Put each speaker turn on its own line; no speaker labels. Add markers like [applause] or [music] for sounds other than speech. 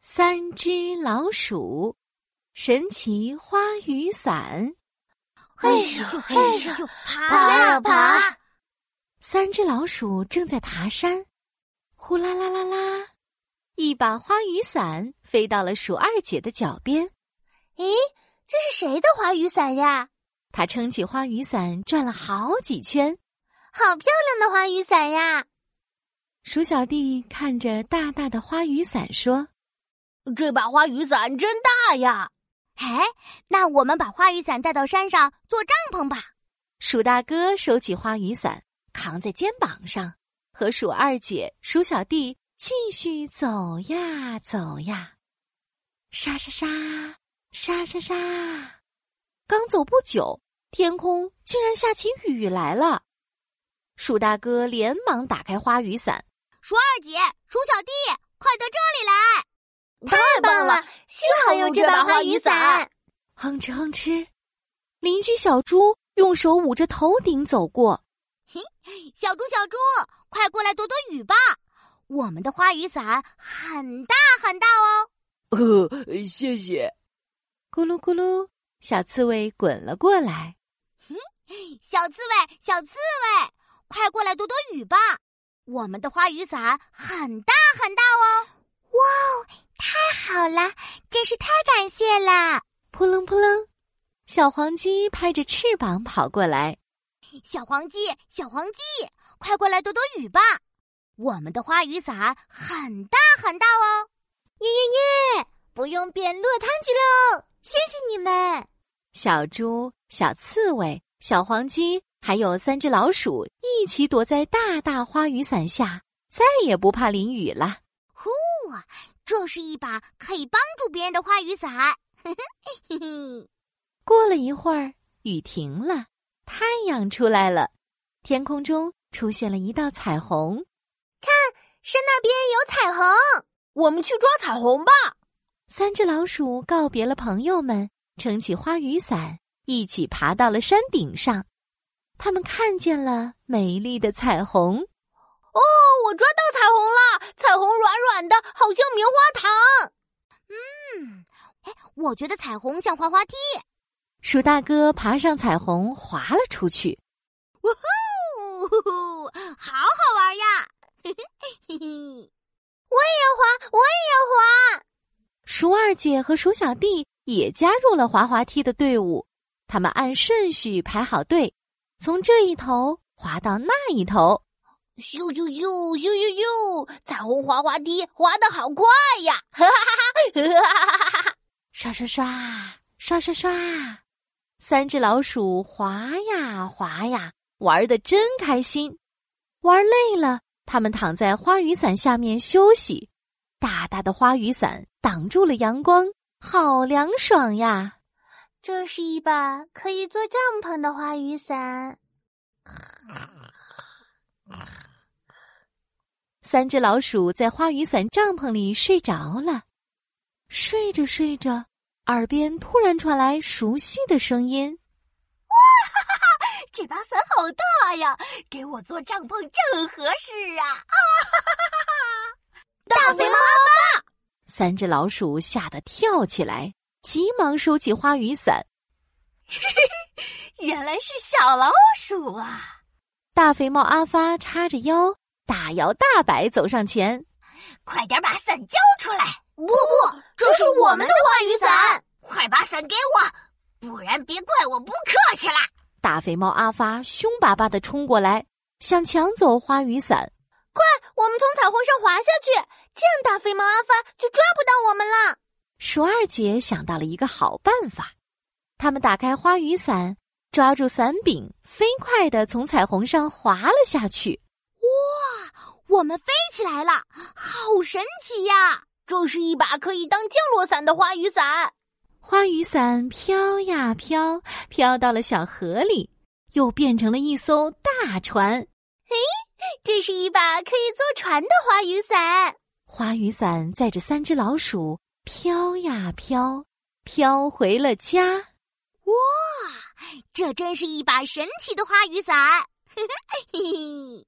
三只老鼠，神奇花雨伞。
嘿
哎
咻嘿咻，爬呀啊
哎
爬！
三只老鼠正在爬山，呼啦啦啦啦，一把花雨伞飞到了鼠二姐的脚边。
咦，这是谁的花雨伞呀？
她撑起花雨伞转了好几圈，
好漂亮的花雨伞呀！
鼠小弟看着大大的花雨伞说：“
这把花雨伞真大呀！”
哎，那我们把花雨伞带到山上做帐篷吧。
鼠大哥收起花雨伞，扛在肩膀上，和鼠二姐、鼠小弟继续走呀走呀，沙沙沙，沙沙沙。刚走不久，天空竟然下起雨来了。鼠大哥连忙打开花雨伞。
鼠二姐、鼠小弟，快到这里来！
太棒了，幸好有这把花雨伞。
哼哧哼哧，邻居小猪用手捂着头顶走过。
嘿，小猪小猪，快过来躲躲雨吧！我们的花雨伞很大很大哦。
呃，谢谢。
咕噜咕噜，小刺猬滚了过来。
嗯，小刺猬，小刺猬，快过来躲躲雨吧！我们的花雨伞很大很大哦！
哇哦，太好了，真是太感谢啦！
扑棱扑棱，小黄鸡拍着翅膀跑过来。
小黄鸡，小黄鸡，快过来躲躲雨吧！我们的花雨伞很大很大哦！
耶耶耶！不用变落汤鸡喽！谢谢你们，
小猪、小刺猬、小黄鸡。还有三只老鼠一起躲在大大花雨伞下，再也不怕淋雨了。
呼，这是一把可以帮助别人的花雨伞。 [laughs] 嘿嘿。
过了一会儿，雨停了，太阳出来了，天空中出现了一道彩虹。
看，山那边有彩虹，
我们去抓彩虹吧！
三只老鼠告别了朋友们，撑起花雨伞，一起爬到了山顶上。他们看见了美丽的彩虹，
哦，我抓到彩虹了！彩虹软软的，好像棉花糖。嗯，哎，我觉得彩虹像滑滑梯。
鼠大哥爬上彩虹，滑了出去。
哇呼，好好玩呀！嘿嘿嘿
我
嘿，
也要滑，我也要滑。
鼠二姐和鼠小弟也加入了滑滑梯的队伍，他们按顺序排好队。从这一头滑到那一头，
咻咻咻咻咻咻！彩虹滑滑梯滑得好快呀！哈哈哈哈哈！
刷刷刷刷刷刷，三只老鼠滑呀滑呀，玩的真开心。玩累了，它们躺在花雨伞下面休息。大大的花雨伞挡住了阳光，好凉爽呀！
这是一把可以做帐篷的花雨伞。
三只老鼠在花雨伞帐篷里睡着了，睡着睡着，耳边突然传来熟悉的声音：“
哇，哈哈这把伞好大呀，给我做帐篷正合适啊！”啊，哈哈
大肥猫妈妈，
三只老鼠吓得跳起来。急忙收起花雨伞，
原来是小老鼠啊！
大肥猫阿发叉着腰，大摇大摆走上前：“
快点把伞交出来！”“
不不，这是我们的花雨伞！”“
快把伞给我，不然别怪我不客气啦！”
大肥猫阿发凶巴巴的冲过来，想抢走花雨伞。
“快，我们从彩虹上滑下去，这样大肥猫阿发就抓不到我们了。”
鼠二姐想到了一个好办法，他们打开花雨伞，抓住伞柄，飞快的从彩虹上滑了下去。
哇，我们飞起来了，好神奇呀！
这是一把可以当降落伞的花雨伞。
花雨伞飘呀飘，飘到了小河里，又变成了一艘大船。
哎，这是一把可以坐船的花雨伞。
花雨伞载着三只老鼠。飘呀飘，飘回了家。
哇，
[laughs]
这真是一把神奇的花雨伞！嘿嘿嘿。